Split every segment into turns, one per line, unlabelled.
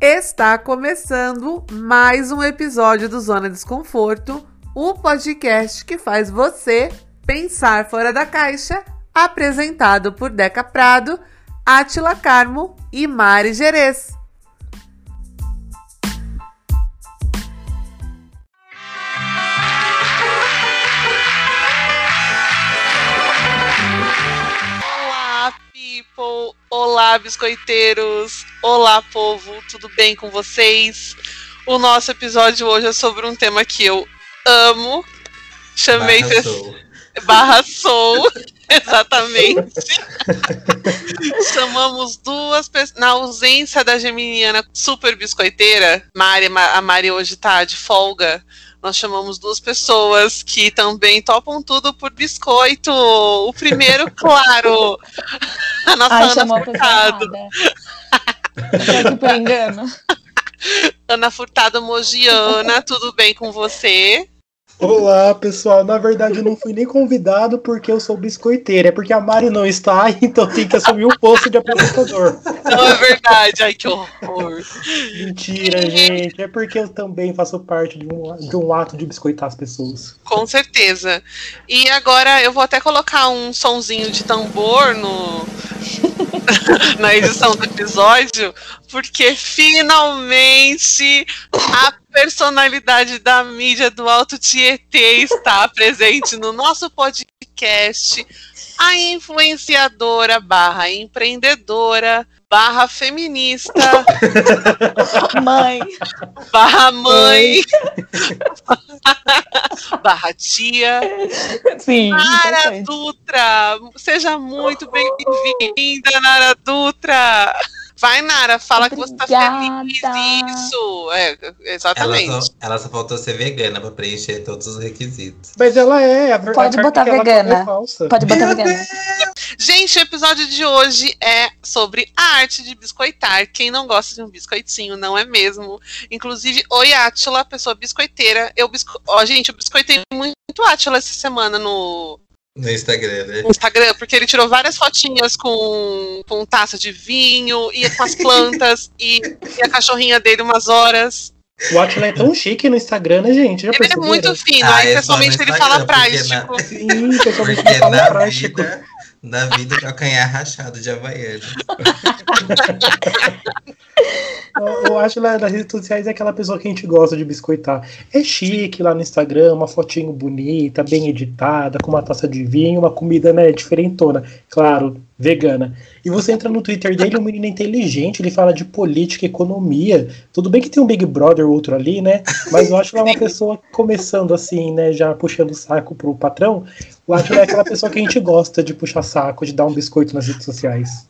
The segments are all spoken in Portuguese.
Está começando mais um episódio do Zona Desconforto, o podcast que faz você pensar fora da caixa, apresentado por Deca Prado, Atila Carmo e Mari Gerês.
Olá, people! Olá, biscoiteiros! Olá, povo! Tudo bem com vocês? O nosso episódio hoje é sobre um tema que eu amo. Chamei
Barra
pessoas.
Soul.
Barra Soul, exatamente. Chamamos duas pessoas. Na ausência da geminiana super biscoiteira, Mari, ma- a Mari hoje tá de folga. Nós chamamos duas pessoas que também topam tudo por biscoito. O primeiro, claro, a nossa
Ai,
Ana
chamou a pessoa
Furtado.
errada. Foi aqui por engano.
Ana Furtado Mogiana, tudo bem com você?
Olá, pessoal. Na verdade, eu não fui nem convidado porque eu sou biscoiteira. É porque a Mari não está, então tem que assumir o posto de apresentador.
Não é verdade, ai que horror.
Mentira, gente. É porque eu também faço parte de um, de um ato de biscoitar as pessoas.
Com certeza. E agora eu vou até colocar um sonzinho de tambor no na edição do episódio, porque finalmente a personalidade da mídia do Alto Tietê está presente no nosso podcast. A influenciadora barra empreendedora barra feminista
Mãe,
barra mãe barra tia
sim, então
Nara
importante.
Dutra, seja muito bem-vinda, Nara Dutra. Vai, Nara, fala que você tá
Obrigada.
feliz. Isso, é,
Ela tá-
exatamente.
só, ela só faltou ser vegana pra preencher todos os requisitos.
Mas ela é, a verdade.
Pode botar vegana.
É falsa.
Pode botar vegana.
Gente, o episódio de hoje é sobre a arte de biscoitar. Quem não gosta de um biscoitinho, não é mesmo? Inclusive, oi, Átila, pessoa biscoiteira. Eu bisco... Ó, gente, eu biscoitei muito Átila essa semana no,
No Instagram, né?
no Instagram, porque ele tirou várias fotinhas com, com taça de vinho, e com as plantas, e, e a cachorrinha dele umas horas.
O Atila é tão chique no Instagram, né, gente? Já
Ele é
perceberam?
muito fino,
Ah,
aí
é só
pessoalmente
no
ele
Instagram,
fala
porque né?
prático.
Sim, pessoalmente
É
Porque
ele fala
na
prático.
vida,
né?
na vida, calcanhar rachado de Havaiana.
Eu- Eu acho lá nas redes sociais é aquela pessoa que a gente gosta de biscoitar. É chique lá no Instagram, uma fotinho bonita, bem editada, com uma taça de vinho, uma comida, né, diferentona. Claro, vegana. E você entra no Twitter dele, um menino inteligente, ele fala de política, economia. Tudo bem que tem um Big Brother outro ali, né? Mas eu acho lá uma pessoa começando assim, né, já puxando o saco pro patrão. Eu acho lá aquela pessoa que a gente gosta de puxar saco, de dar um biscoito nas redes sociais.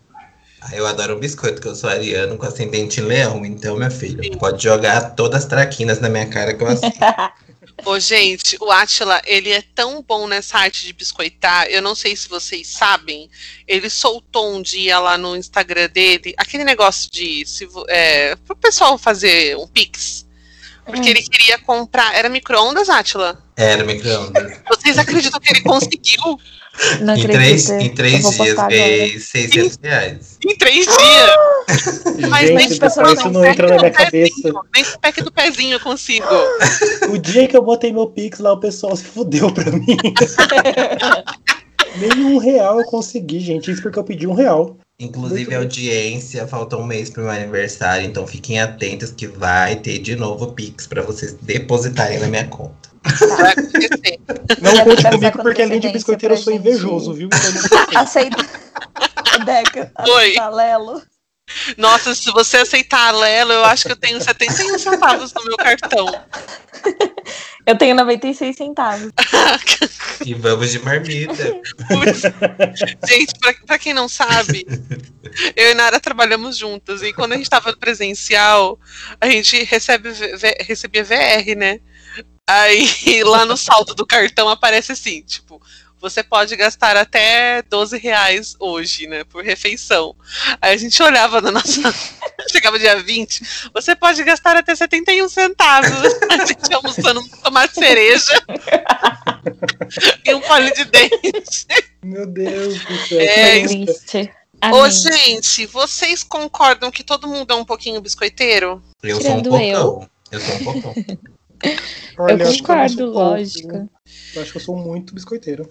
Ah, eu adoro um biscoito, que eu sou ariano com ascendente em leão. Então, minha filha, pode jogar todas as traquinas na minha cara que eu aceito.
Ô, gente, o Atila, ele é tão bom nessa arte de biscoitar. Eu não sei se vocês sabem, ele soltou um dia lá no Instagram dele aquele negócio de se, vo- é, pro pessoal fazer um pix. Porque
Hum.
ele queria comprar. Era micro-ondas, Atila?
Era micro-ondas.
Vocês acreditam que ele conseguiu?
Não
Em
acredito.
três, em
Eu
três
vou
dias,
postar agora.
ganhei 600 reais.
Em três dias. Mas nem
gente,
se fosse
depois isso não
um
entra na minha
pack do
cabeça.
pezinho, Nem o pack do pezinho eu consigo.
O dia que eu botei meu Pix lá, o pessoal se fudeu pra mim. Nem um real eu consegui, gente. Isso porque eu pedi um real.
Inclusive,
Muito
a
bem.
audiência, falta um mês pro meu aniversário, então fiquem atentos que vai ter de novo Pix pra vocês depositarem na minha conta.
Vai acontecer.
Não
Já vai
conte
usar
comigo
com
porque além de
antecedência
biscoiteiro eu
pra
sou
gente.
invejoso, viu? Então não sei.
Aceita. Deca,
Oi.
aceita Lelo.
Nossa, se você aceitar a Lelo, eu acho que eu tenho 71 centavos no meu cartão.
Eu tenho 96 centavos.
E vamos de marmita.
Putz. Gente, pra, pra quem não sabe, eu e Nara trabalhamos juntas. E quando a gente tava no presencial, a gente recebe, V- V- recebia VR, né? Aí lá no saldo do cartão aparece assim, tipo, você pode gastar até 12 reais hoje, né? Por refeição. Aí a gente olhava na nossa. Chegava dia 20, você pode gastar até 71 centavos. A gente almoçando um tomate cereja e um palho de dente.
Meu Deus do céu.
É,
que
Triste.
Ô,
Amém.
gente, vocês concordam que todo mundo é um pouquinho biscoiteiro?
Eu sou um
Tirando eu.
pocão. Eu sou um pocão.
Olha,
eu
acho que
concordo,
sou pouco, né?
lógica.
viu? Eu acho que eu sou muito biscoiteiro.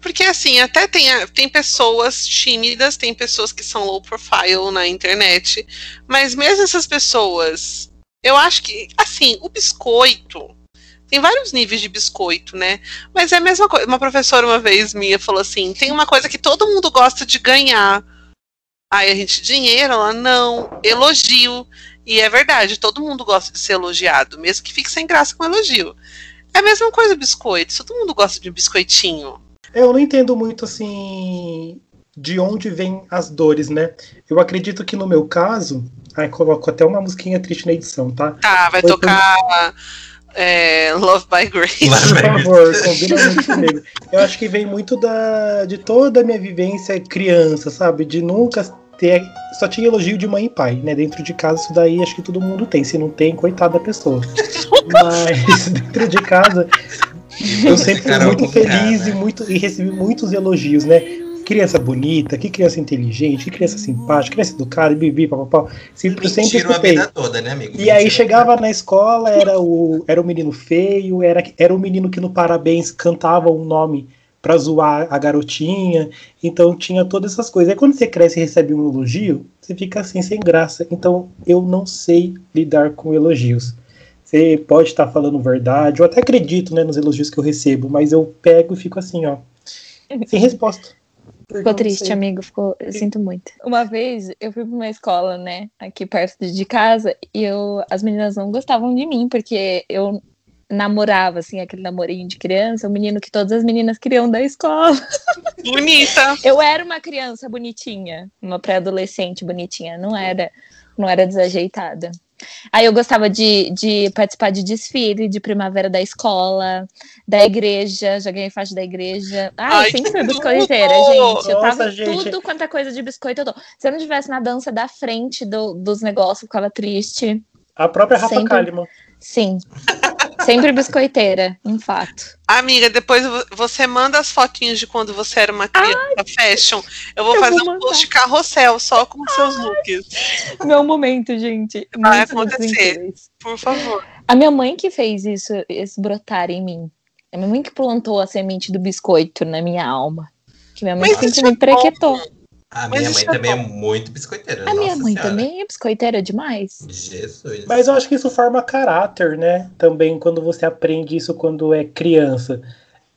Porque, assim, até tem, a- tem pessoas tímidas, tem pessoas que são low profile na internet, mas mesmo essas pessoas, eu acho que, assim, o biscoito. Tem vários níveis de biscoito, né? Mas é a mesma coisa. Uma professora uma vez minha falou assim: tem uma coisa que todo mundo gosta de ganhar. Aí a gente, dinheiro? Ela, não. Elogio. E é verdade, todo mundo gosta de ser elogiado, mesmo que fique sem graça com elogio. É a mesma coisa o biscoito. Todo mundo gosta de um biscoitinho.
É, eu não entendo muito assim de onde vêm as dores, né? Eu acredito que no meu caso, aí coloco até uma musiquinha triste na edição, tá?
Tá, vai
Foi
tocar é, Love by Grace.
Por favor, combina muito comigo. Eu acho que vem muito da, de toda a minha vivência criança, sabe? De nunca ter. Só tinha elogio de mãe e pai, né? Dentro de casa, isso daí acho que todo mundo tem. Se não tem, coitada da pessoa. Mas dentro de casa, eu sempre fui
Carol
muito
com K,
feliz
né?
e, muito, e recebi muitos elogios, né? Criança bonita, que criança inteligente, que criança simpática, criança educada, bibi, papapá. Sempre, sempre
Mentira a
escutei.
vida toda, né, amigo?
E aí
Mentira.
chegava na escola, era o, era o menino feio, era, era o menino que no Parabéns cantava um nome pra zoar a garotinha. Então tinha todas essas coisas. Aí quando você cresce e recebe um elogio, você fica assim, sem graça. Então eu não sei lidar com elogios. Você pode estar falando verdade, eu até acredito né, nos elogios que eu recebo, mas eu pego e fico assim, ó. Sem resposta. Porque eu
Ficou
não
triste,
sei.
amigo. Ficou... Eu sinto muito. Uma vez eu fui pra uma escola, né? Aqui perto de de casa, e eu... as meninas não gostavam de mim, porque eu namorava, assim, aquele namorinho de criança, o menino que todas as meninas queriam da escola.
Bonita.
Eu era uma criança bonitinha, uma pré-adolescente bonitinha, não era, não era desajeitada. Aí eu gostava de, de participar de desfile de primavera da escola, da igreja, já ganhei faixa da igreja. Ai,
Ai,
sempre fui
que
biscoiteira,
tudo!
gente. Eu tava
Nossa,
em
gente.
tudo quanto é coisa de biscoito eu tô. Se eu não estivesse na dança da frente do- dos negócios, eu ficava triste.
A própria Rafa
Sempre-
Kalimann.
Sim. Sempre biscoiteira, um fato.
Amiga, depois vo- você manda as fotinhas de quando você era uma criança fashion. Eu vou
Eu
fazer
vou
um
mandar.
post de carrossel só com seus looks.
Meu momento, gente.
Vai
Muitos looks
acontecer.
incríveis.
Por favor.
A minha mãe que fez isso, esse brotar em mim. É A minha mãe que plantou a semente do biscoito na minha alma. Que minha mãe
Mas isso é
sempre me prequetou.
A
Mas
minha
isso
mãe
é
também é muito biscoiteira.
A minha
nossa
mãe
senhora.
também é biscoiteira demais.
Jesus.
Mas eu acho que isso forma caráter, né? Também quando você aprende isso quando é criança.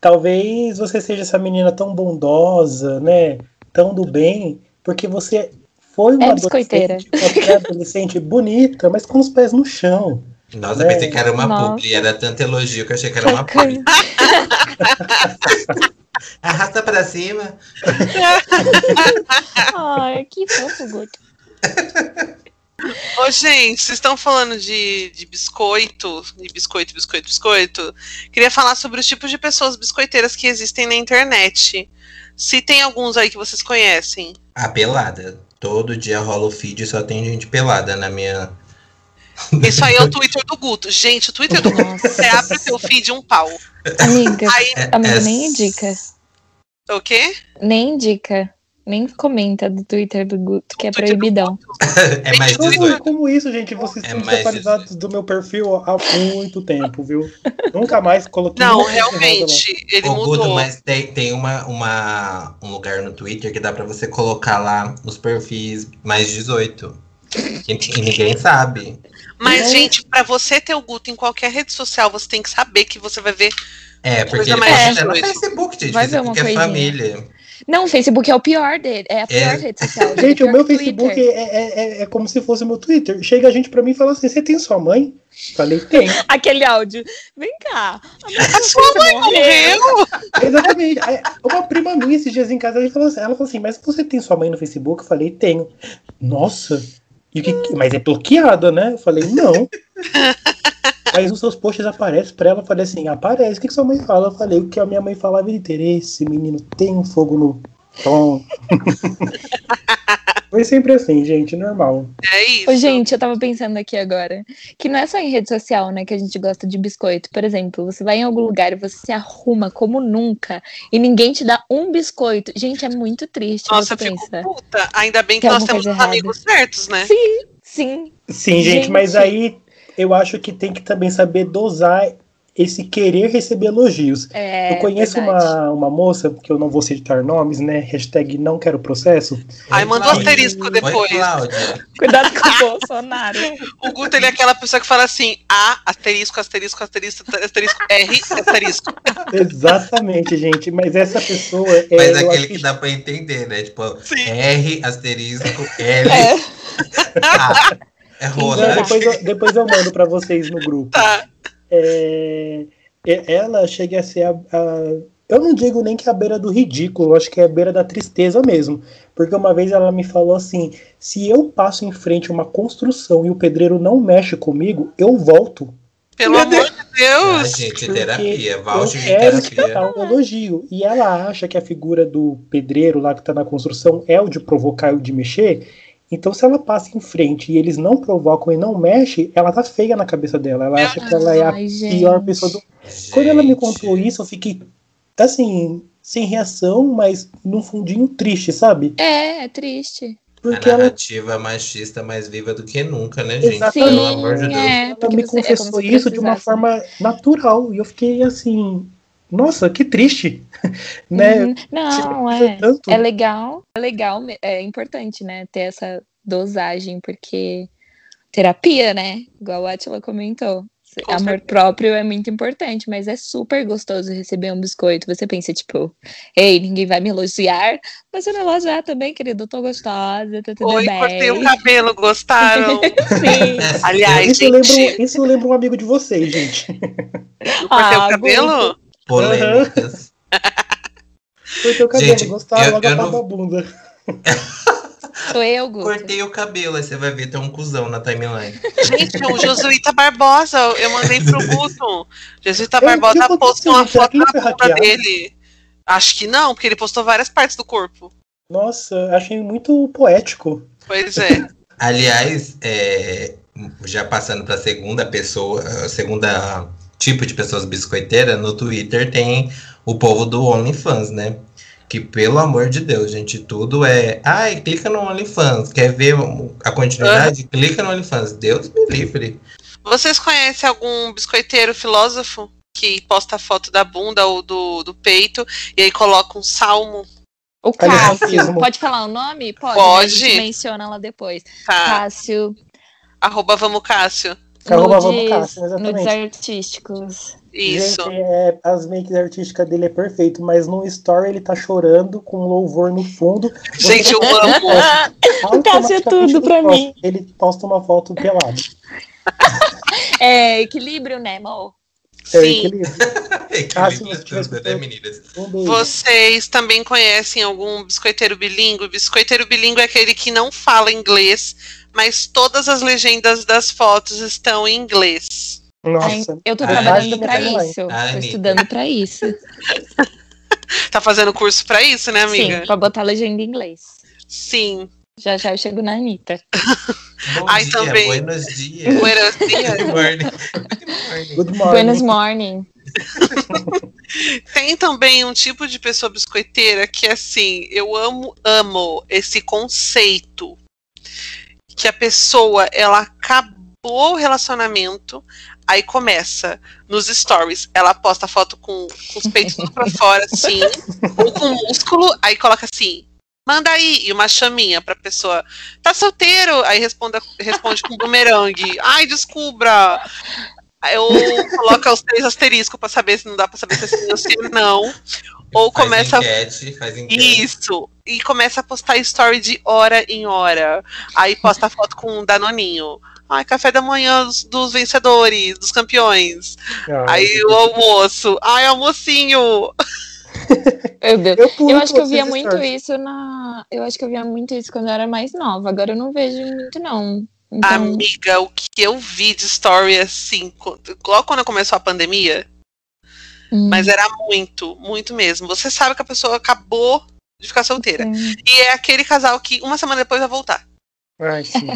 Talvez você seja essa menina tão bondosa, né? Tão do bem, porque você foi uma
É biscoiteira.
adolescente, uma adolescente bonita, mas com os pés no chão.
Nossa, eu pensei que era uma
Nossa.
publi, era tanto elogio que eu achei que era uma publi. Arrasta pra cima.
Ai, que fofo, Guto.
Ô, gente, vocês estão falando de, de biscoito, de biscoito, biscoito, biscoito. Queria falar sobre os tipos de pessoas biscoiteiras que existem na internet. Se tem alguns aí que vocês conhecem.
A Ah, pelada. Todo dia rola o feed e só tem gente pelada na minha.
Isso aí é o Twitter do Guto. Gente, o Twitter do Guto,
Nossa.
você abre o seu feed um pau.
Amiga,
Aí,
amiga,
é-
nem indica.
o quê?
Nem indica. Nem comenta do Twitter do Guto, que é
Do Twitter do
proibidão.
É mais
Gente,
Como,
18.
como isso, gente? Vocês
É
estão
mais
desatualizados do meu perfil há muito tempo, viu? Nunca mais coloquei.
é
Não,
né?
nada errado lá.
realmente, ele
Ô, Guto,
mudou.
mas tem, tem uma, uma, um lugar no Twitter que dá pra você colocar lá os perfis mais 18. E, e ninguém sabe.
Mas,
Não.
gente, pra você ter o Guto em qualquer rede social, você tem que saber que você vai ver.
É, porque
Coisa
ele
mais
pode estar no
18.
Facebook, gente.
Vai ver uma
Facebook é
coisinha.
família.
Não, o Facebook é o pior dele. É a pior
É.
rede social. é
Gente,
pior
o meu
que
Facebook
Twitter.
é, é- é- é como se fosse o meu Twitter. Chega a gente pra mim e fala assim: Você tem sua mãe? Falei: Tem.
Aquele áudio. Vem cá.
A sua mãe morreu!
Exatamente. Aí, Uma prima minha esses dias em casa ela falou assim, ela falou assim: Mas você tem sua mãe no Facebook? Eu falei: Tenho. Nossa, e o que que- mas é bloqueada, né? Eu falei: Não. Aí os seus posts aparecem pra ela. Eu falei assim: Aparece, o que, que sua mãe fala? Eu falei: O que a minha mãe falava a vida inteira. Esse menino tem um fogo no tom. Foi sempre assim, gente, normal.
É isso.
Ô, gente, eu tava pensando aqui agora que não é só em rede social, né, que a gente gosta de biscoito. Por exemplo, você vai em algum lugar e você se arruma como nunca e ninguém te dá um biscoito. Gente, é muito triste.
Nossa,
você
eu fico
pensa.
puta. Ainda bem que
Tem
nós
alguma
temos
coisa
os
errada.
amigos certos, né?
Sim, sim.
Sim, gente,
Gente.
mas aí eu acho que tem que também saber dosar esse querer receber elogios.
É,
eu conheço
verdade.
uma, uma moça, que eu não vou citar nomes, né? Hashtag não quero processo.
Aí mandou
Cláudia.
um asterisco
Oi,
depois.
Cláudia.
Cuidado com o Bolsonaro.
O Guto, ele é aquela pessoa que fala assim: A, asterisco, asterisco, asterisco, asterisco, R, asterisco.
Exatamente, gente. Mas essa pessoa é.
Mas
eu
aquele
acho
que dá pra entender, né? Tipo,
Sim.
R, asterisco, L,
É.
A. É rola.
Não, depois, eu, depois eu mando pra vocês no grupo.
Tá.
É, e- ela chega a ser a, a- Eu não digo nem que é a beira do ridículo, eu acho que é a beira da tristeza mesmo. Porque uma vez ela me falou assim: se eu passo em frente a uma construção e o pedreiro não mexe comigo, eu volto.
Pelo
Meu
amor de
Ah,
Deus.
gente,
Porque
terapia,
Eu
voucher de
quero escutar
terapia.
um elogio. E ela acha que a figura do pedreiro lá que tá na construção é o de provocar e o de mexer. Então, se ela passa em frente e eles não provocam e não mexe, ela tá feia na cabeça dela. Ela acha que ela é a
Ai, gente.
pior pessoa do Quando ela me contou isso, eu fiquei, assim, sem reação, mas num fundinho triste, sabe?
É, é triste.
Porque
a
ela,
narrativa machista mais viva do que nunca, né, gente?
Exatamente.
Pelo amor de
Sim,
Deus.
é.
Ah, ela
porque
me
você- é como
confessou
se
isso de uma
precisasse, né?
forma natural. E eu fiquei assim, nossa, que triste, né?
Uhum. Não,
Tipo,
é.
tanto.
É legal, é legal, me- é importante, né? Ter essa dosagem, porque terapia, né? Igual a Atila comentou. Se-
Com
Amor próprio é muito importante, mas é super gostoso receber um biscoito. Você pensa, tipo, ei, ninguém vai me elogiar, mas eu não elogiar também, querido, eu tô gostosa, tá tudo
Oi,
bem.
cortei o cabelo, gostaram?
Sim.
Aliás,
Ah,
isso,
gente,
lembra, isso lembra um amigo de vocês, gente.
eu cortei
Ah,
o cabelo?
Polêmicas.
Foi teu cabelo,
Gente,
gostava,
eu-
logo
eu
apaga
não-
a bunda.
Sou eu, Guto.
Cortei o cabelo, aí você vai ver tem um cuzão na timeline.
Gente, o Josuíta Barbosa, eu mandei pro Guto. Josuíta
Eu não
Barbosa
tinha acontecido,
postou uma
será
foto
que ele
da
foi
bunda
hackeado?
dele. Acho que não, porque ele postou várias partes do corpo.
Nossa, achei muito poético.
Pois é.
Aliás, é, já passando para segunda pessoa, a segunda tipo de pessoas biscoiteiras, no Twitter tem o povo do OnlyFans, né? Que pelo amor de Deus, gente, tudo é. Ai, clica no OnlyFans. Quer ver a continuidade? Clica no OnlyFans. Deus me livre.
Vocês conhecem algum biscoiteiro filósofo que posta foto da bunda ou do, do peito e aí coloca um salmo?
O
Aliás,
Cássio.
racismo.
Pode falar o nome? Pode. né? A gente
Pode.
menciona lá depois.
Tá.
Cássio.
Arroba Vamos Cássio.
Arroba Vamos
nudes-
Cássio, exatamente.
Nudes artísticos.
Isso.
Gente, é, as makes artísticas dele é perfeito, mas no story ele tá chorando com louvor no fundo.
Gente, eu amo.
Automaticamente
tudo pra
ele posta-
mim.
Ele posta uma foto pelado.
É, equilíbrio, né, Mo?
É
Sim.
equilíbrio.
Clica
Ah, se você tivesse
tudo, né, meninas?
Um beijo.
Vocês também conhecem algum biscoiteiro bilíngue? Biscoiteiro bilíngue é aquele que não fala inglês, mas todas as legendas das fotos estão em inglês.
Ai,
Nossa.
eu tô
Ah,
trabalhando
Anitta,
pra
né?
isso.
Ah,
tô
Anitta.
estudando pra isso.
Tá fazendo curso pra isso, né, amiga?
Sim, pra botar legenda em inglês.
Sim.
Já já eu chego na Anitta.
Bom
Ai,
dia,
também.
buenos dias.
Buenos dias.
Good morning. Good morning.
Good
Buenos
morning.
morning.
Tem também um tipo de pessoa biscoiteira que, assim, eu amo, amo esse conceito. Que a pessoa, ela acabou o relacionamento, aí começa nos stories. Ela posta foto com, com os peitos tudo pra fora, assim, ou com músculo, aí coloca assim. Manda aí, e uma chaminha pra pessoa. Tá solteiro? Aí responda, responde com bumerangue. Ai, descubra! Aí Ou coloca os três asteriscos pra saber se não dá pra saber se é sim ou se é não. Ou
Faz
começa-
Enquete, faz enquete.
Isso. E começa a postar story de hora em hora. Aí posta foto com um danoninho. Ai, café da manhã dos, dos vencedores, dos campeões.
Ah,
Aí o almoço. Ai, almocinho.
Meu Deus.
eu, pulo
Eu acho que eu
todos
via
esses
muito
stories.
isso na. Eu acho que eu via muito isso quando eu era mais nova. Agora eu não vejo muito, não.
Ah,
Então,
Amiga, o que eu vi de story assim, quando- logo quando começou a pandemia,
hum,
mas era muito, muito mesmo. Você sabe que a pessoa acabou de ficar solteira. E é aquele casal que uma semana depois vai voltar.
Ai, sim.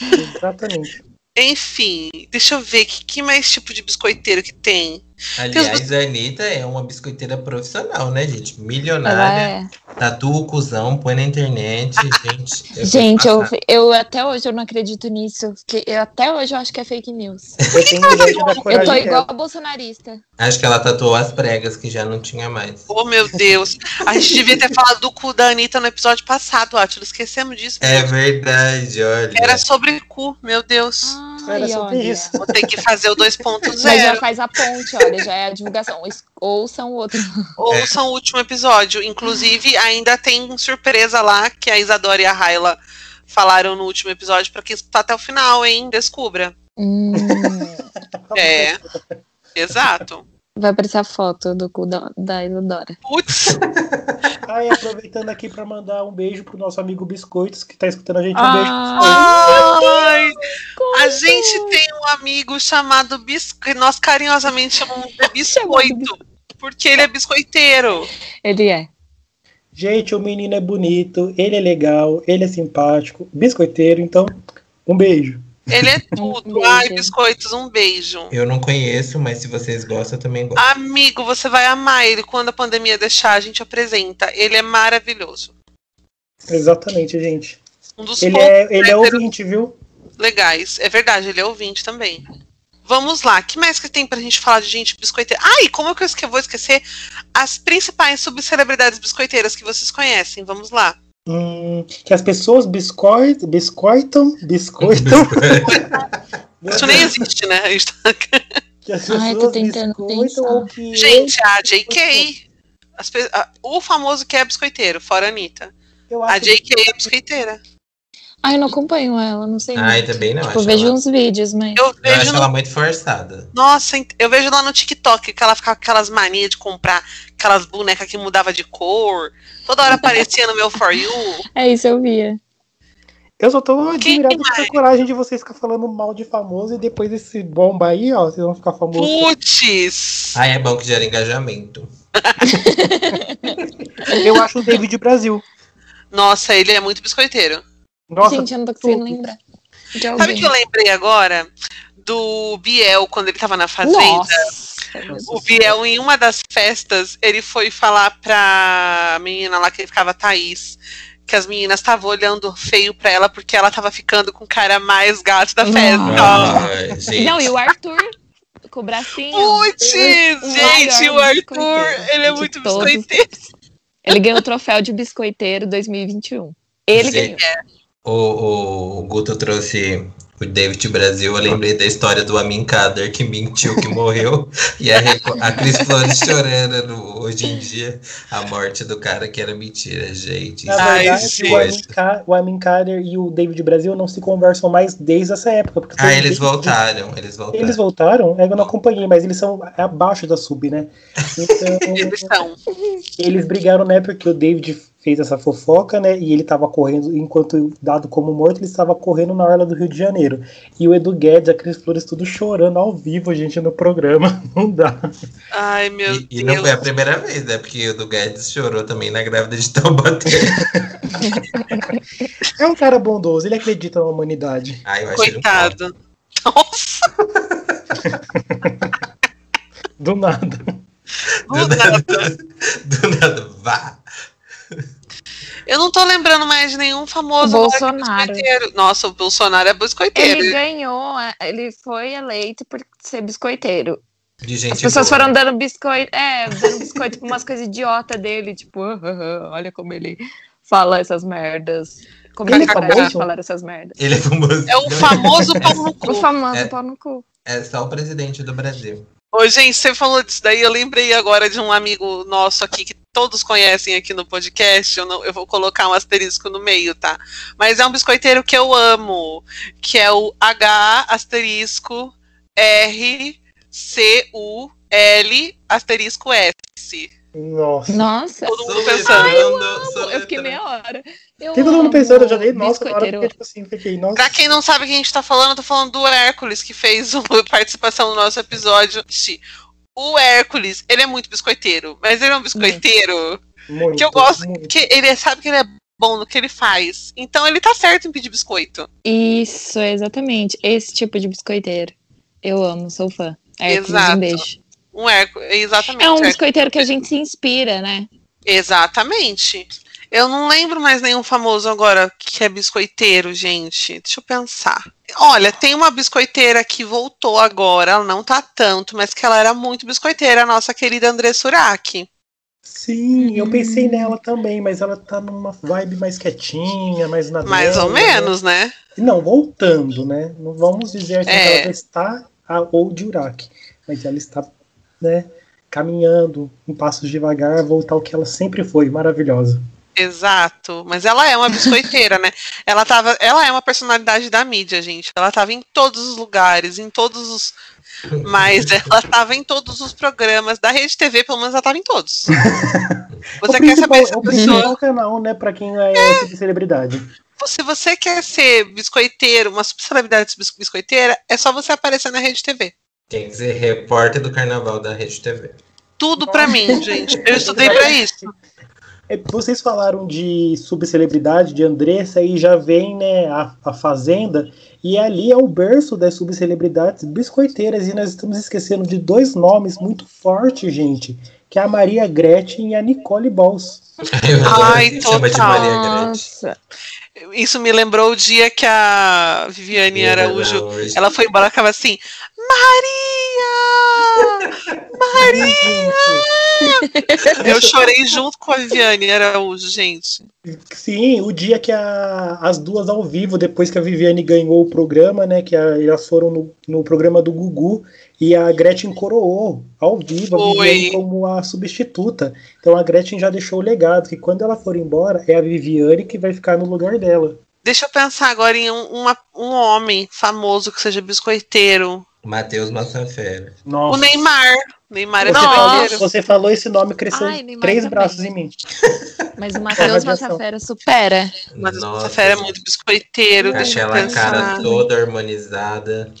Exatamente.
Enfim, deixa eu ver que, que mais tipo de biscoiteiro que tem.
Aliás, a Anitta é uma biscoiteira profissional, né, gente?
é.
Milionária, tatua o cuzão, põe na internet, gente. eu
Gente,
vou
eu,
passar.
eu até hoje eu não acredito nisso. que eu, até hoje eu acho que é fake news.
Eu tenho gente da
Eu
coragem.
tô
dela.
igual a bolsonarista.
Acho que ela tatuou as pregas que já não tinha mais.
Oh, meu Deus. A gente devia ter falado do cu da Anitta no episódio passado, Átila. Esquecemos disso.
É verdade, olha.
Era sobre cu, meu Deus.
Era
Ai,
sobre
olha.
isso.
Vou ter que fazer o 2.0.
Mas já faz a ponte, olha, já é a divulgação. Es- Ouçam o outro.
Ouçam o último episódio. Inclusive, ainda tem surpresa lá que a Isadora e a Raila falaram no último episódio pra quem escutar até o final, hein? Descubra.
Hum,
Tá
É. Exato.
vai aparecer a foto do cu da, da Isadora.
Putz,
Ai, aproveitando aqui pra mandar um beijo pro nosso amigo Biscoitos, que tá escutando a gente. Um
Ah,
ai, a gente tem um amigo chamado Biscoito, nós carinhosamente chamamos de Biscoito, porque ele é biscoiteiro.
ele é.
beijo. Gente, o menino é bonito, ele é legal, ele é simpático, biscoiteiro, então, um beijo.
Ele é
Um
tudo. Ai,
beijo.
biscoitos, um beijo.
Eu não conheço, mas se vocês gostam, eu também
Ah,
gosto.
Amigo, você vai amar ele quando a pandemia deixar, a gente apresenta. Ele é maravilhoso.
Exatamente, gente.
Um dos
Ele
poucos
é, ele é ouvinte, viu?
legais. É verdade, ele é ouvinte também. Vamos lá, que mais que tem pra gente falar de gente biscoiteira? Ai, como é que eu esque- vou esquecer as principais subcelebridades biscoiteiras que vocês conhecem? Vamos lá.
Hum, que as pessoas biscoitam, biscoitam, biscoitam. Meu
Isso nem
Deus,
existe, né? A gente tá-
Que as
Ai, tô
pessoas
tentando
biscoitam
pensar.
ou que...
Gente, a JK. as pe- a- o famoso que é biscoiteiro, fora a Anitta.
eu
A
acho que-
JK é biscoiteira.
Ai, eu não acompanho ela, não sei.
Ai,
muito.
também não.
tipo,
acho
vejo
ela-
uns vídeos, mas.
Eu
Eu acho
vejo no
ela muito forçada.
Nossa, ent- eu vejo lá no TikTok que ela ficava com aquelas manias de comprar aquelas bonecas que mudava de cor. Toda hora aparecia no meu For You.
É isso, eu via.
Eu só tô
Quem
admirado com
mais?
essa coragem de vocês ficar falando mal de famoso e depois esse bomba aí, ó, vocês vão ficar famosos.
Putz!
Ai, é bom que gera engajamento.
Eu acho o David Brasil.
Nossa, ele é muito biscoiteiro.
Nossa,
Gente, eu não tô conseguindo
tudo.
lembrar. De
Sabe
alguém.
o que eu lembrei agora? Do Biel, quando ele tava na fazenda.
Nossa.
O Biel, em uma das festas, ele foi falar pra menina lá que ele ficava Thaís. Que as meninas estavam olhando feio pra ela porque ela tava ficando com o cara mais gato da festa.
Nossa.
Ai, gente.
Ah. Não, e o Arthur com o bracinho.
Putz,
O
gente,
maior
o Arthur,
biscoiteiro
ele é
de
muito
todos.
biscoiteiro.
Ele ganhou o troféu de biscoiteiro 2021. Ele
Gente.
ganhou.
O, o Guto trouxe o David Brasil, eu lembrei da história do Amin Kader que mentiu que morreu e a, Reco- a Cris Flores chorando no- hoje em dia a morte do cara que era mentira, gente.
Na
Isso
Ai,
é
verdade, o Amin,
coisa.
Ka- o Amin Kader e o David Brasil não se conversam mais desde essa época. porque
Ah, eles
desde-
voltaram, eles voltaram.
Eles voltaram? É, Eu não acompanhei, mas eles são abaixo da sub, né? Então,
Eles são.
eles brigaram, né? Porque o David fez essa fofoca, né? E ele tava correndo, enquanto dado como morto, ele estava correndo na orla do Rio de Janeiro. E o Edu Guedes, a Cris Flores, tudo chorando ao vivo, gente, no programa. Não dá.
Ai, meu
E, e não
Deus.
foi a primeira vez, né? Porque o do Guedes chorou também na grávida de Taubaté.
É um cara bondoso, ele acredita na humanidade.
Ai, eu achei ele um porco.
Coitado. Nossa,
Do nada.
Do nada, do nada, vá.
eu não tô lembrando mais de nenhum famoso
O
agora que é
Bolsonaro.
biscoiteiro. Nossa, o Bolsonaro é biscoiteiro.
Ele ganhou, é, ele foi eleito por ser biscoiteiro.
De gente
As pessoas
boa.
foram dando biscoito, é, dando biscoito pra umas coisas idiota dele, tipo, "Ah, ah, ah, olha como ele fala essas merdas. Como
Ele
ele,
é
coragem de
famoso?
falar essas merdas.
Ele é famoso.
É o famoso pau no
O
cu.
famoso
É.
pau no cu.
É só o presidente do Brasil.
Ô, gente, você falou disso daí, eu lembrei agora de um amigo nosso aqui que todos conhecem aqui no podcast. Eu, não- eu vou colocar um asterisco no meio, tá? Mas é um biscoiteiro que eu amo, que é o H asterisco R C U L asterisco S.
Nossa.
Nossa.
Todo mundo
Soletrando,
pensando.
Eu fiquei
soletrando.
meia hora. Eu
Tem todo mundo
amo
pensando, eu joguei, nossa, na hora eu
biscoiteiro.
fiquei tipo assim, fiquei, nossa.
Pra quem não sabe o que a gente tá falando, eu tô falando do Hércules, que fez uma participação no nosso episódio. Sim, O Hércules, ele é muito biscoiteiro, mas ele é um biscoiteiro
Muito,
que eu gosto,
muito.
que ele sabe que ele é bom no que ele faz. Então ele tá certo em pedir biscoito.
Isso, exatamente. Esse tipo de biscoiteiro. Eu amo, sou fã. Hércules,
Exato.
um beijo.
Um Hércu- exatamente.
É um
Hércules.
biscoiteiro que a gente se inspira, né?
Exatamente. Eu não lembro mais nenhum famoso agora que é biscoiteiro, gente. Deixa eu pensar. Olha, tem uma biscoiteira que voltou agora, ela não tá tanto, mas que ela era muito biscoiteira, a nossa querida André Surak.
Sim, eu
Hum.
pensei nela também, mas ela tá numa vibe mais quietinha, mais na
Mais
dela,
ou menos, né?
Né? Não, voltando, né? Não vamos dizer assim
É.
que ela está a ou de Uraque, mas ela está, né, caminhando em passos devagar, voltar ao que ela sempre foi, maravilhosa.
Exato. Mas ela é uma biscoiteira, né? Ela tava, ela é uma personalidade da mídia, gente. Ela tava em todos os lugares, em todos os. Mas ela tava em todos os programas da Rede TV, pelo menos ela tava em todos. Você
o
quer
principal,
saber se
é
a
o
pessoa
principal canal, né, pra quem é, celebridade.
se você quer ser biscoiteiro, uma celebridade bis- biscoiteira, é só você aparecer na Rede TV.
Tem que ser repórter do carnaval da Rede TV.
Tudo pra mim, gente. Eu estudei pra isso.
É, Vocês falaram de subcelebridade, de Andressa, e já vem né, a, a Fazenda, e ali é o berço das subcelebridades biscoiteiras, e nós estamos esquecendo de dois nomes muito fortes, gente, que é a Maria Gretchen e a Nicole Balls.
Eu adoro
Ai,
que chama de
total.
Maria Grande.
Isso me lembrou o dia que a Viviane Araújo
é
Ela foi embora e ficava assim: Maria! Eu chorei junto com a Viviane Araújo, gente.
Sim, o dia que a- as duas ao vivo, depois que a Viviane ganhou o programa, né? Que a- elas foram no, no programa do Gugu e a Gretchen coroou ao vivo a
Foi.
Viviane como a substituta. Então a Gretchen já deixou o legado, que quando ela for embora, é a Viviane que vai ficar no lugar dela.
Deixa eu pensar agora em um, uma- um homem famoso que seja biscoiteiro.
Matheus Massafera.
Nossa.
O Neymar. Neymar é
Você falou,
biscoiteiro.
Nossa.
você falou esse nome, cresceu
Ai, Neymar
três
também.
braços em mim.
Mas o
É,
Tava
Matheus
de ação.
Massafera
assim,
supera.
Mas essa fera é muito biscoiteiro. deixa eu
Aquela cara
pensar.
toda harmonizada.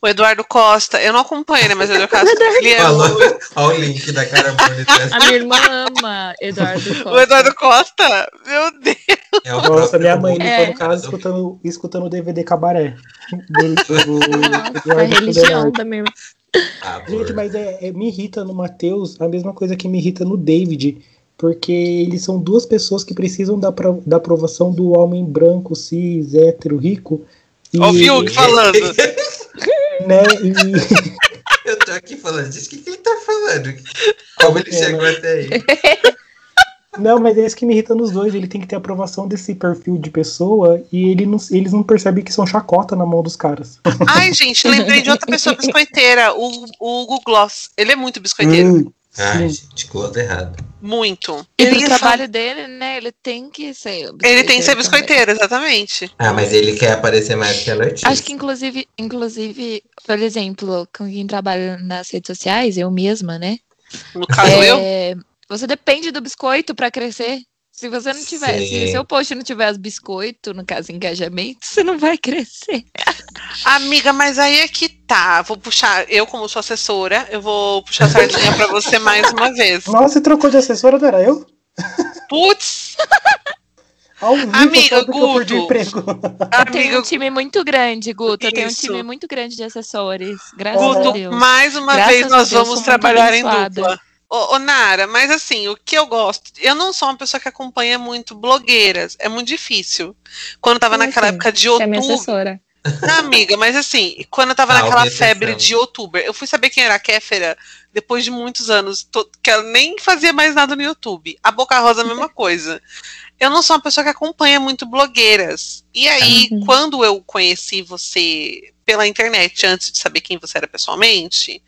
O Eduardo Costa, eu não acompanho, né? Mas o Eduardo Costa, ele é
Falou.
muito-
Olha o link da cara harmonizada.
A minha irmã ama Eduardo
o
Costa.
Eduardo Costa, meu Deus.
É o
Nossa,
próprio
minha mãe
Gugu.
ficou
É.
no caso escutando, escutando o DVD Cabaré. Do- do- do-
Nossa, a
Eduardo
religião da minha irmã.
Ah, por-
Gente, mas é, é- me irrita no Matheus a mesma coisa que me irrita no David, porque eles são duas pessoas que precisam da, pro- da aprovação do homem branco, cis, hétero, rico. E,
Ó, o Fiuk falando.
né, e-
Eu tô aqui falando, gente, o que, que ele tá falando? Como ele
É,
chegou até aí?
não, mas é isso que me irrita nos dois. Ele tem que ter aprovação desse perfil de pessoa e ele não- eles não percebem que são chacota na mão dos caras.
Ai, gente, lembrei de outra pessoa biscoiteira, o, o Hugo Gloss. Ele é muito biscoiteiro.
Hum,
Ai,
sim.
gente, close errado.
Muito.
E pro
é
trabalho dele, né? Ele tem que ser.
Ele tem que ser
biscoiteiro.
biscoiteiro, exatamente.
Ah, mas ele quer aparecer mais que a Letícia.
Acho que inclusive, inclusive, por exemplo, com quem trabalha nas redes sociais, eu mesma, né?
No caso, Ah, eu.
É, Você depende do biscoito pra crescer. Se você não tiver, se
Sim.
o seu post não tiver os biscoitos, no caso, engajamento, você não vai crescer.
Amiga, mas aí é que tá. Vou puxar, eu, como sua assessora, eu vou puxar a sardinha pra você mais uma vez.
Nossa, você trocou de assessora, não era eu?
Putz,
Ao vivo,
Amiga,
sabe que eu perdi o
Guto.
emprego.
Eu tenho
amiga
um time muito grande, Guto. Eu tenho um
Isso.
time muito grande de assessores. Graças a
Guto,
Deus.
mais uma
Graças
vez
a
nós
Deus, sou
vamos
muito
trabalhar em
abençoada.
dupla. Ô, ô, Nara, mas assim, o que eu gosto, eu não sou uma pessoa que acompanha muito blogueiras, é muito difícil. Quando eu tava
Como
naquela
assim?
época de
Você é minha
outubro,
assessora.
Não, amiga, mas assim, quando eu tava
Salve,
naquela
exceção.
febre de youtuber, eu fui saber quem era a Kéfera depois de muitos anos, to- que ela nem fazia mais nada no YouTube. A Boca Rosa, a mesma coisa. Eu não sou uma pessoa que acompanha muito blogueiras. E aí,
Uhum.
quando eu conheci você pela internet, antes de saber quem você era pessoalmente,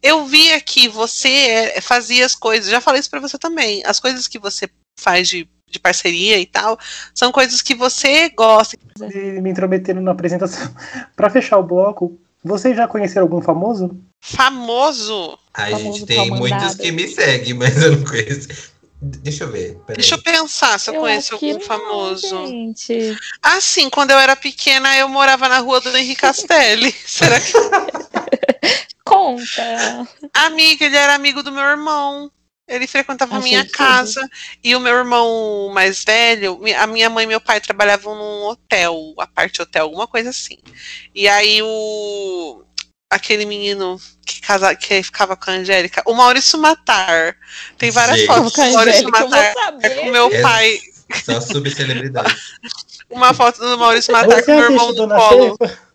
eu via que você é- fazia as coisas, já falei isso pra você também, as coisas que você faz de, de parceria e tal, são coisas que você gosta,
E me intrometendo na apresentação. Pra fechar o bloco, vocês já conheceram algum famoso?
famoso.
Ai,
famoso
gente, tem
pau
muitos
mandado.
que me seguem, mas eu não conheço. Deixa eu ver. Peraí.
Deixa eu pensar se eu, conheço
acho que
algum
não,
um famoso.
gente.
Ah, sim, quando eu era pequena, eu morava na rua do Henrique Castelli. Será que.
Conta.
Amiga, ele era amigo do meu irmão. Ele frequentava a
Achei
minha
tudo.
casa e o meu irmão mais velho, mi- a minha mãe e meu pai trabalhavam num hotel, a parte hotel, alguma coisa assim. E aí o aquele menino que casa, que ficava com a Angélica, o Maurício Matar. Tem várias
Gente.
fotos do Maurício
Angélica, eu vou
Matar é com
saber.
meu
É.
pai,
Só subcelebridade.
uma foto do Maurício Matar
Você
com meu
assiste
irmão no
é, Dona
colo.
Cefa?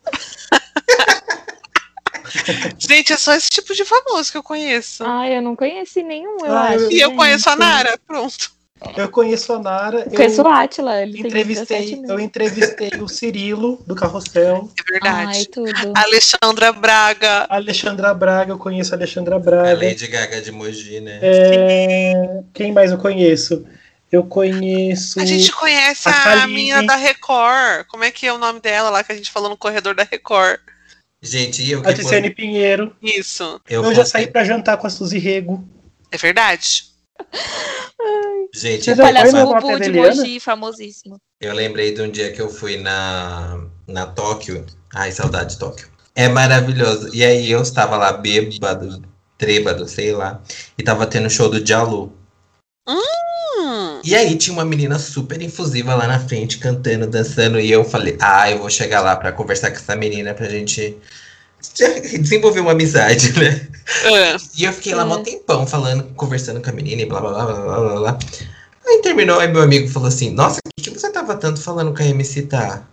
Gente, é só esse tipo de famoso que eu conheço.
Ai, eu não conheci nenhum, eu
Ah,
acho.
eu-
E eu
Ah, gente.
conheço a Nara, pronto.
Eu conheço a Nara. Eu
Conheço o Átila, ele tem
entrevistei,
17
eu
mil.
entrevistei o Cirilo do Carrossel.
É verdade.
Ai, tudo.
Alexandra Braga.
A Alexandra Braga, eu conheço a Alexandra Braga.
A Lady Gaga de Mogi, né?
É, Quem mais eu conheço? Eu conheço.
A gente conhece
A
a,
Kaline.
minha da Record. Como é que é o nome dela lá que a gente falou no corredor da Record?
Gente, e eu
A
que
Ticiane Pinheiro.
Isso.
Eu, já saí pra jantar com a Suzy Rego.
É verdade?
Gente,
Você já
eu,
foi
Palhaço
na
lembro-
Bubu
Plateia
de
Deliana?
Mogi, famosíssimo.
eu lembrei de um dia que eu fui na, na Tóquio. Ai, saudade de Tóquio. É maravilhoso. E aí eu estava lá bêbado, trêbado, sei lá. E tava tendo show do Jalu.
Hum,
E aí tinha uma menina super infusiva lá na frente, cantando, dançando. E eu falei, ah, eu vou chegar lá pra conversar com essa menina pra gente desenvolver uma amizade, né?
é.
E eu fiquei lá mó
É.
tempão falando, conversando com a menina e blá blá blá blá blá blá, blá. Aí terminou, aí meu amigo falou assim, nossa, o que, que você tava tanto falando com a MC tá?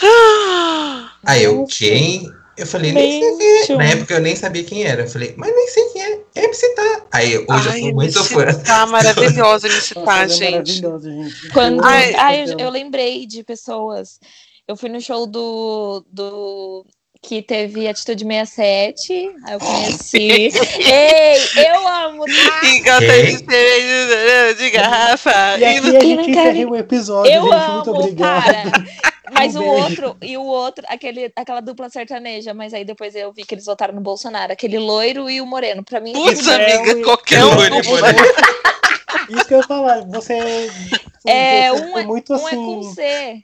Ah,
Aí eu,
Nossa.
quem? Eu falei, nem sei. é."
Gente,
Na época eu nem sabia quem era. Eu falei, mas nem sei quem é. É MC tá. Aí eu- hoje
ai,
eu sou muito
MC
fã.
Tá maravilhosa, MC
Nossa,
Tá,
ela é
gente.
maravilhosa, gente.
Quando...
Eu amo
Ai,
essa
eu,
dela.
eu lembrei de pessoas. Eu fui no show do, do... que teve Atitude 67. Aí eu conheci. Ei, eu amo, tá?
E canta
Quem?
de cerveja de garrafa.
E
E
aqui é
no-
a
E
gente
não quero-
encerra o episódio,
Eu
gente.
amo,
Muito obrigado.
cara. Mas
Um
o
beijo.
outro, e o outro, aquele, aquela dupla sertaneja, mas aí depois eu vi que eles votaram no Bolsonaro, aquele loiro e o moreno. Pra mim,
Putz,
Mel
amiga,
e-
qualquer
Eu
um.
vou de boné.
Isso que eu ia falar. Você.
É,
você
um
foi muito
um é
assim.
com C.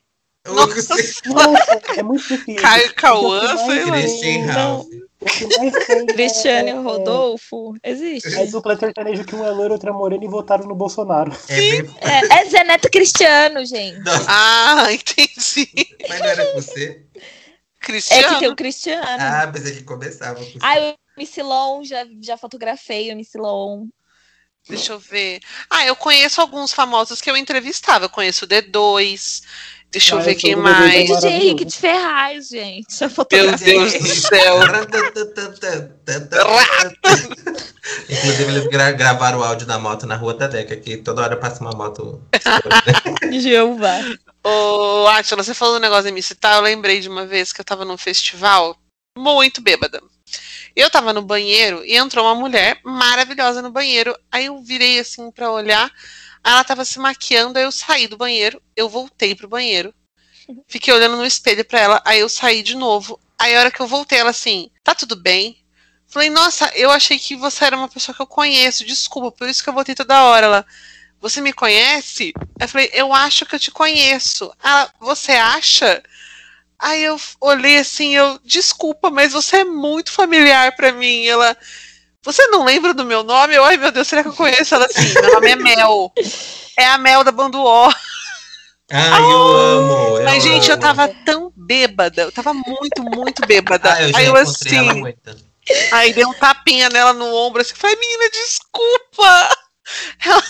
Nossa,
Nossa, é muito difícil.
Caio Cauã,
Eu
sei lá.
queria-
Christian
Não.
Ralph.
O que mais tem é-
Cristiane
é-
Rodolfo. Existe.
É dupla sertanejo que um é loiro, outro é moreno e votaram no Bolsonaro.
É bem...
É, é Zé Neto Cristiano, gente.
Nossa,
Ah, entendi.
mas não era você?
É que
Cristiano.
tem o Cristiano. Ah,
Ah, pensei que começava com você.
o MC Lon, já, já fotografei o MC Lon.
Deixa eu ver. Ah, eu conheço alguns famosos que eu entrevistava. Eu conheço o D2. Deixa
Ah,
eu ver
eu sou
quem
do D2
mais.
também.
DJ
maravilhoso.
Henrique de Ferraz, gente. Já
Meu
fotografei.
Deus do céu.
Inclusive, eles gra- gravaram o áudio da moto na rua da Deca, que toda hora passa uma moto.
Jeová.
Ô, Átila, você falou do negócio de me citar. Eu lembrei de uma vez que eu tava num festival muito bêbada. Eu tava no banheiro e entrou uma mulher maravilhosa no banheiro. Aí eu virei assim pra olhar. aí Ela tava se maquiando. Aí eu saí do banheiro. Eu voltei pro banheiro. Fiquei olhando no espelho pra ela. Aí eu saí de novo. Aí a hora que eu voltei, ela assim: tá tudo bem? Falei, nossa, eu achei que você era uma pessoa que eu conheço. Desculpa, por isso que eu voltei toda hora. Ela, você me conhece? Aí eu falei, eu acho que eu te conheço. Ah, você acha? Aí eu f- olhei assim, eu, desculpa, mas você é muito familiar pra mim. Ela, você não lembra do meu nome? Eu, ai meu Deus, será que eu conheço? Ela assim, meu nome é Mel. É a Mel da Bando O.
É Ai, eu amo!
Ah, Mas, gente, eu
amo.
tava tão bêbada. Eu tava muito, muito bêbada.
Ah, eu já
aí eu
encontrei ela
assim,
muito.
aí dei um tapinha nela no ombro, assim, falei, menina, desculpa. Ela,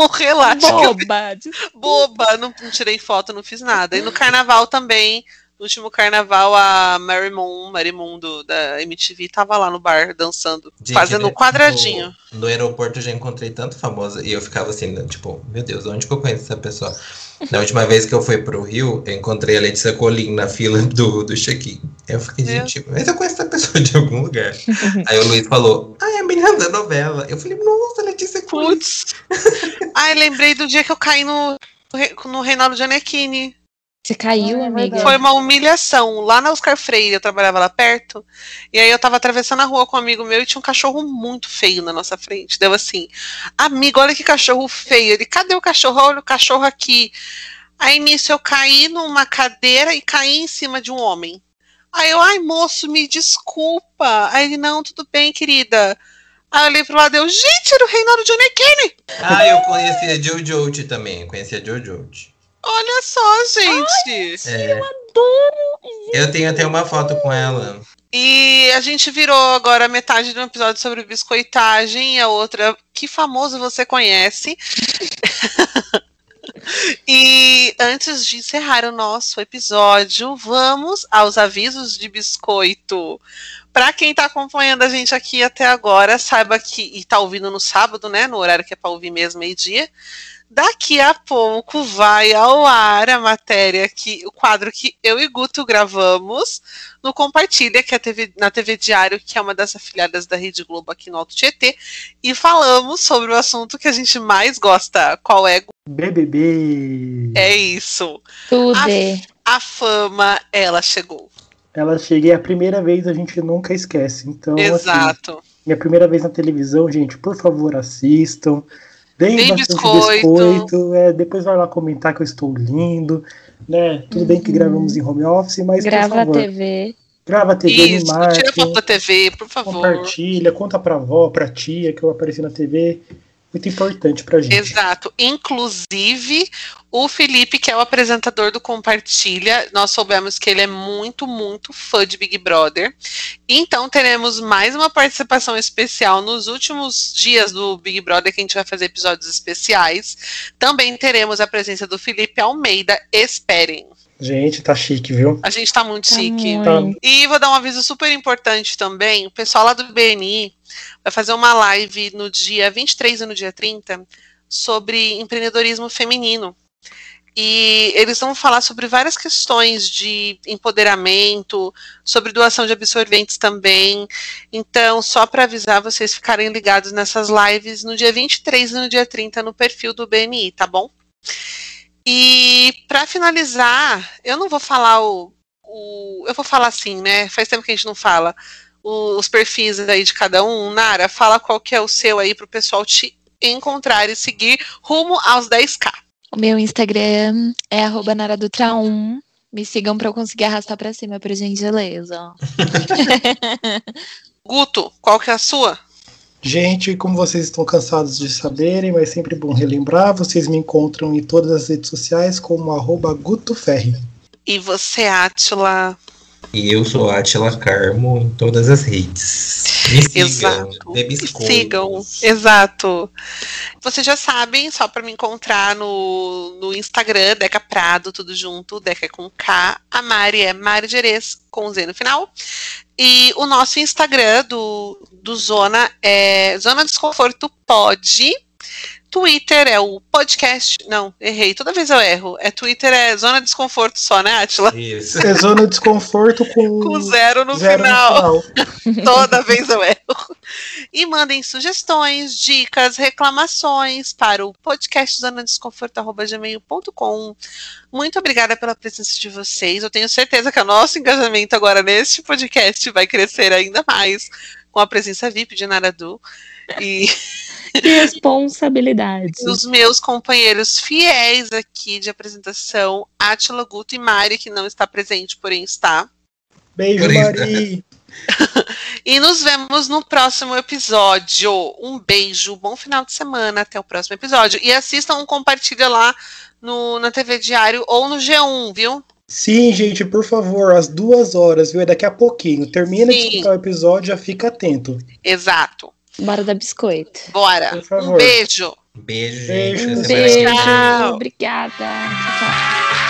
não, relaxa, que eu
Boba.
boba, não, não tirei foto, não fiz nada. E no carnaval também, no último carnaval, a Mary Moon, Mary Moon do- da MTV, tava lá no bar dançando,
Gente, é
fazendo um
no-
quadradinho.
No, aeroporto eu já encontrei tanto famoso. E eu ficava assim, né, tipo, meu Deus, onde que eu conheço essa pessoa? Na última vez que eu fui pro Rio, eu encontrei a Letícia Colim na fila do, do check-in. Eu fiquei,
Meu.
gente, mas eu conheço essa pessoa de algum lugar. Aí o Luiz falou, ah, é a menina da novela. Eu falei, nossa, Letícia Colim.
Putz. Ai, lembrei do dia que eu caí no, no Reinaldo Gianecchini.
Você caiu,
Ah, é
amiga?
verdade.
Foi uma humilhação. Lá na Oscar Freire, eu trabalhava lá perto. E aí eu tava atravessando a rua com um amigo meu e tinha um cachorro muito feio na nossa frente. Deu assim, amigo, olha que cachorro feio. Ele, cadê o cachorro? Olha o cachorro aqui. Aí nisso eu caí numa cadeira e caí em cima de um homem. Aí eu, ai moço, me desculpa. Aí ele, não, tudo bem, querida. Aí eu olhei pro lado e eu, gente, era o reinado de Onekine!
Ah, eu conheci a Jojo também. Conheci a Jojo.
Olha só, gente!
É, eu tenho até uma foto com ela.
E a gente virou agora metade de um episódio sobre biscoitagem e a outra, que famoso você conhece. e antes de encerrar o nosso episódio, vamos aos avisos de biscoito. Para quem está acompanhando a gente aqui até agora, saiba que e tá ouvindo no sábado, né, no horário que é para ouvir mesmo, meio-dia. Daqui a pouco vai ao ar a matéria que o quadro que eu e Guto gravamos no Compartilha, que é a TV, na TV Diário, que é uma das afiliadas da Rede Globo aqui no Alto Tietê, e falamos sobre o assunto que a gente mais gosta, qual é
BBB.
é isso.
Tudo.
A fama, ela chegou.
Ela cheguei a primeira vez, a gente nunca esquece. Então, assim,
Exato.
minha primeira vez na televisão, gente, por favor, assistam. Deem
Deem
bastante
biscoito.
biscoito. é, depois vai lá comentar que eu estou lindo. Né? Tudo bem que gravamos em home office, mas por é
Grava a
favor,
TV.
grava a TV,
Isso,
me marque,
tira foto da TV, por favor.
compartilha, conta pra avó, pra tia que eu apareci na TV. Muito importante pra gente.
Exato. Inclusive, o Felipe, que é o apresentador do Compartilha, nós soubemos que ele é muito, muito fã de Big Brother. Então, teremos mais uma participação especial nos últimos dias do Big Brother, que a gente vai fazer episódios especiais. Também teremos a presença do Felipe Almeida. Esperem.
Gente, tá chique, viu?
A gente tá muito
Tá
chique.
muito.
Tá
Oi.
E vou dar um aviso super importante também. O pessoal lá do BNI vai fazer uma live no dia 23 e no dia 30 sobre empreendedorismo feminino. E eles vão falar sobre várias questões de empoderamento, sobre doação de absorventes também. Então, só para avisar vocês ficarem ligados nessas lives no dia 23 e no dia 30 no perfil do BNI, tá bom? E para finalizar, eu não vou falar o o- eu vou falar assim, né? Faz tempo que a gente não fala. O- os perfis aí de cada um. Nara, fala qual que é o seu aí pro pessoal te encontrar e seguir rumo aos 10k.
O meu Instagram é arroba naradutra1. Me sigam pra eu conseguir arrastar pra cima, por gentileza.
Guto, qual que é a sua?
Gente, como vocês estão cansados de saberem, mas sempre bom relembrar, vocês me encontram em todas as redes sociais como arroba GutoFerri.
E você, Atila?
E eu sou Atila Carmo em todas as redes. Me sigam.
Exato.
dê
Me
biscoitos.
Sigam. Exato. Vocês já sabem, só para me encontrar no, no Instagram, Deca Prado, tudo junto, Deca é com K, a Mari é Mari Gerês, com Z no final. E o nosso Instagram do, do Zona é Zona Desconforto Pode. Twitter é o podcast. Não, errei. Toda vez eu erro. É Twitter é Zona Desconforto só, né, Atila?
Isso.
É zona de desconforto com,
Com zero no
zero
final.
no final.
Toda vez eu erro. E mandem sugestões, dicas, reclamações para o podcast zonadesconforto.gmail.com. Muito obrigada pela presença de vocês. Eu tenho certeza que o nosso engajamento agora neste podcast vai crescer ainda mais com a presença VIP de Naradu. E
Responsabilidade.
e os meus companheiros fiéis aqui de apresentação, Atila Guto e Mari, que não está presente, porém está.
Beijo,
Por isso.
Mari.
E nos vemos no próximo episódio. Um beijo, bom final de semana, até o próximo episódio. E assistam um compartilha lá no, na TV Diário ou no G1, viu?
Sim, gente, por favor, às duas horas, viu? É daqui a pouquinho. Termina
Sim.
de escutar o episódio, já fica atento.
Exato.
Bora dar biscoito.
Bora.
Por
Um
favor.
beijo.
Beijo,
Beijo.
Um
gente. Até semana que
Beijo.
vem.
Tchau.
Obrigada. Tchau, tchau.